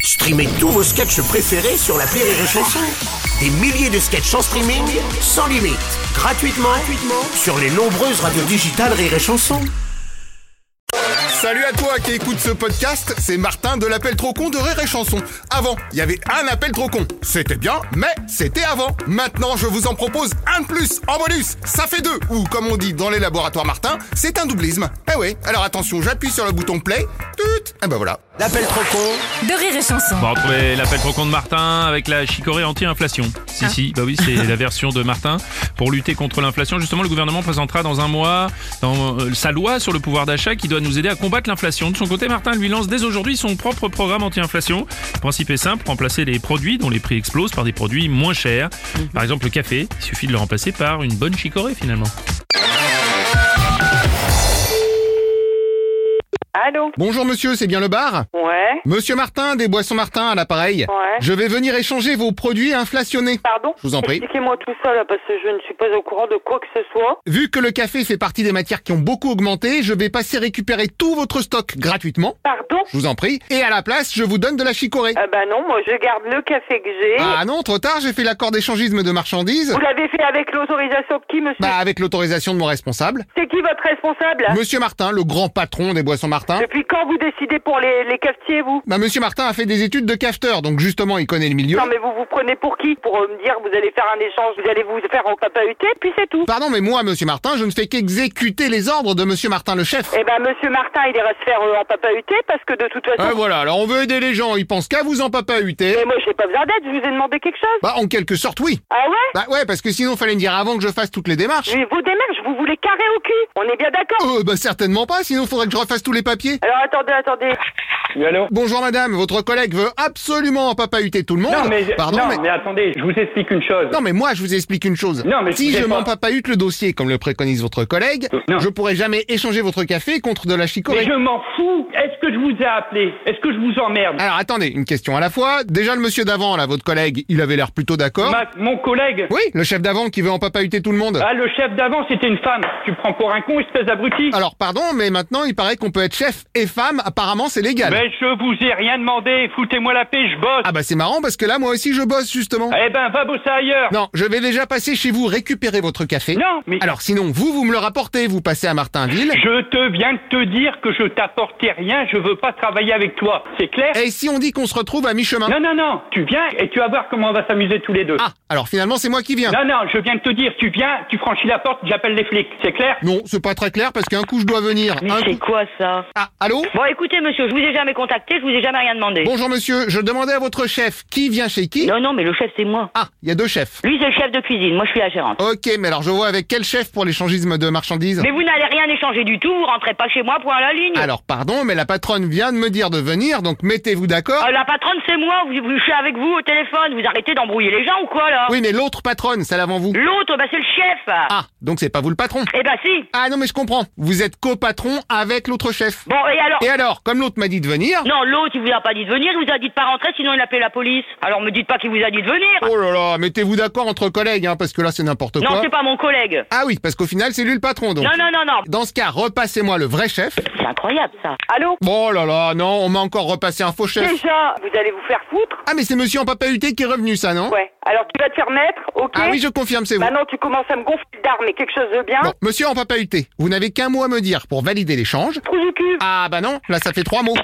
Streamez tous vos sketchs préférés sur la Rire et Chanson. Des milliers de sketchs en streaming, sans limite, gratuitement, gratuitement sur les nombreuses radios digitales Rire et Chanson. Salut à toi qui écoute ce podcast, c'est Martin de l'appel trop con de Rire et Chanson. Avant, il y avait un appel trop con. C'était bien, mais c'était avant. Maintenant, je vous en propose un de plus en bonus. Ça fait deux, ou comme on dit dans les laboratoires Martin, c'est un doublisme. Eh ouais, alors attention, j'appuie sur le bouton play. Tut Et ben voilà. L'appel trop con de rire et chanson. On va retrouver l'appel trop con de Martin avec la chicorée anti-inflation. Si, si, bah oui, c'est la version de Martin. Pour lutter contre l'inflation, justement, le gouvernement présentera dans un mois dans, euh, sa loi sur le pouvoir d'achat qui doit nous aider à combattre l'inflation. De son côté, Martin lui lance dès aujourd'hui son propre programme anti-inflation. Le principe est simple, remplacer les produits dont les prix explosent par des produits moins chers. Par exemple, le café, il suffit de le remplacer par une bonne chicorée finalement. Allô Bonjour monsieur, c'est bien le bar Ouais. Monsieur Martin, des boissons Martin à l'appareil. Ouais. Je vais venir échanger vos produits inflationnés. Pardon Je vous en prie. Expliquez-moi tout ça là parce que je ne suis pas au courant de quoi que ce soit. Vu que le café fait partie des matières qui ont beaucoup augmenté, je vais passer récupérer tout votre stock gratuitement. Pardon Je vous en prie. Et à la place, je vous donne de la chicorée. Ah bah non, moi je garde le café que j'ai. Ah non, trop tard, j'ai fait l'accord d'échangisme de marchandises. Vous l'avez fait avec l'autorisation de qui, monsieur Bah, avec l'autorisation de mon responsable. C'est qui votre responsable Monsieur Martin, le grand patron des boissons Martin. Depuis quand vous décidez pour les, les cafetiers, vous Bah, monsieur Martin a fait des études de cafeteur, donc justement, il connaît le milieu. Non mais vous vous prenez pour qui Pour euh, me dire vous allez faire un échange, vous allez vous faire en papahuté, puis c'est tout. Pardon, mais moi, monsieur Martin, je ne fais qu'exécuter les ordres de monsieur Martin, le chef. Eh ben monsieur Martin, il ira se faire euh, en papahuté parce que de toute façon... Ah, voilà, alors on veut aider les gens, ils pensent qu'à vous en papahuter. Mais moi j'ai pas besoin d'aide, je vous ai demandé quelque chose. Bah, en quelque sorte, oui. Ah ouais Bah ouais, parce que sinon, fallait me dire avant que je fasse toutes les démarches. Mais vos démarches, vous voulez carrer au cul On est bien d'accord Euh, bah certainement pas, sinon faudrait que je refasse tous les papiers. Alors attendez, attendez. Oui, allô Bonjour madame, votre collègue veut absolument papahuter tout le monde. Non, mais, Pardon, non, mais... mais attendez, je vous explique une chose. Non mais moi je vous explique une chose. Non, mais si je je sais m'en pas. papahute le dossier comme le préconise votre collègue, Euh, non. je pourrai jamais échanger votre café contre de la mais chicorée. je m'en fous. Est-ce que je vous ai appelé Est-ce que je vous emmerde Alors attendez, une question à la fois. Déjà le monsieur d'avant là, votre collègue, il avait l'air plutôt d'accord. Ma- Mon collègue Oui, le chef d'avant qui veut en papahuter tout le monde. Ah, le chef d'avant, c'était une femme. Tu me prends pour un con, espèce d'abruti Alors pardon, mais maintenant il paraît qu'on peut être chef et femme, apparemment c'est légal. Mais je vous ai rien demandé. Foutez-moi la paix, je bosse. Ah bah c'est marrant parce que là moi aussi je bosse justement. Eh ben, va bosser ailleurs. Non, je vais déjà passer chez vous récupérer votre café. Non, mais- Alors sinon, vous, vous me le rapportez, vous passez à Martinville. Je te viens de te dire que je t'apportais rien. Je veux pas travailler avec toi. C'est clair Et si on dit qu'on se retrouve à mi-chemin Non, non, non. Tu viens et tu vas voir comment on va s'amuser tous les deux. Ah, alors finalement c'est moi qui viens. Non, non, je viens de te dire, tu viens, tu franchis la porte, j'appelle les flics. C'est clair Non, c'est pas très clair parce qu'un coup je dois venir. Mais un c'est coup... quoi ça Ah, allô Bon, écoutez, monsieur, je vous ai jamais contacté, je vous ai jamais rien demandé. Bonjour monsieur, je demandais à votre chef qui vient chez qui Non, non, mais le chef, c'est moi. Ah, il y a deux chefs. Lui, c'est le chef de cuisine, moi, je suis la gérante. Ok, mais alors je vois avec quel chef pour l'échangisme de marchandises Mais vous n'allez rien échanger du tout, vous rentrez pas chez moi, point à la ligne. Alors pardon, mais la patronne vient de me dire de venir, donc mettez-vous d'accord. Ah, la patronne, c'est moi, vous, vous- je suis avec vous au téléphone, vous arrêtez d'embrouiller les gens ou quoi, là Oui, mais l'autre patronne, celle avant vous. L'autre, bah, c'est le chef Ah, donc c'est pas vous le patron. Eh ben, si Ah non, mais je comprends. Vous êtes copatron avec l'autre chef. Bon, et alors Et alors, comme l'autre m'a dit de venir. Non, l'autre, il vous a pas dit de venir, il vous a dit de pas rentrer, sinon il appelait la police. Alors, me dites pas qu'il vous a dit de venir Oh là là, mettez-vous d'accord entre collègues, hein, parce que là c'est n'importe Non, quoi. c'est pas mon collègue. Ah oui, parce qu'au final c'est lui le patron donc. Non, non, non, non. Dans ce cas, repassez-moi le vrai chef. C'est incroyable, ça. Allô Bon là là, non, on m'a encore repassé un faux chef. Déjà, vous allez vous faire foutre Ah mais c'est monsieur en papahuté qui est revenu ça, non Ouais. Alors tu vas te faire mettre, ok Ah oui, je confirme, c'est vous. Bah Maintenant tu commences à me gonfler d'armes et quelque chose de bien. Bon, monsieur en papahuté, vous n'avez qu'un mot à me dire pour Ah, valider l'échange. Trou du cul. Ah bah non, là ça fait trois mots.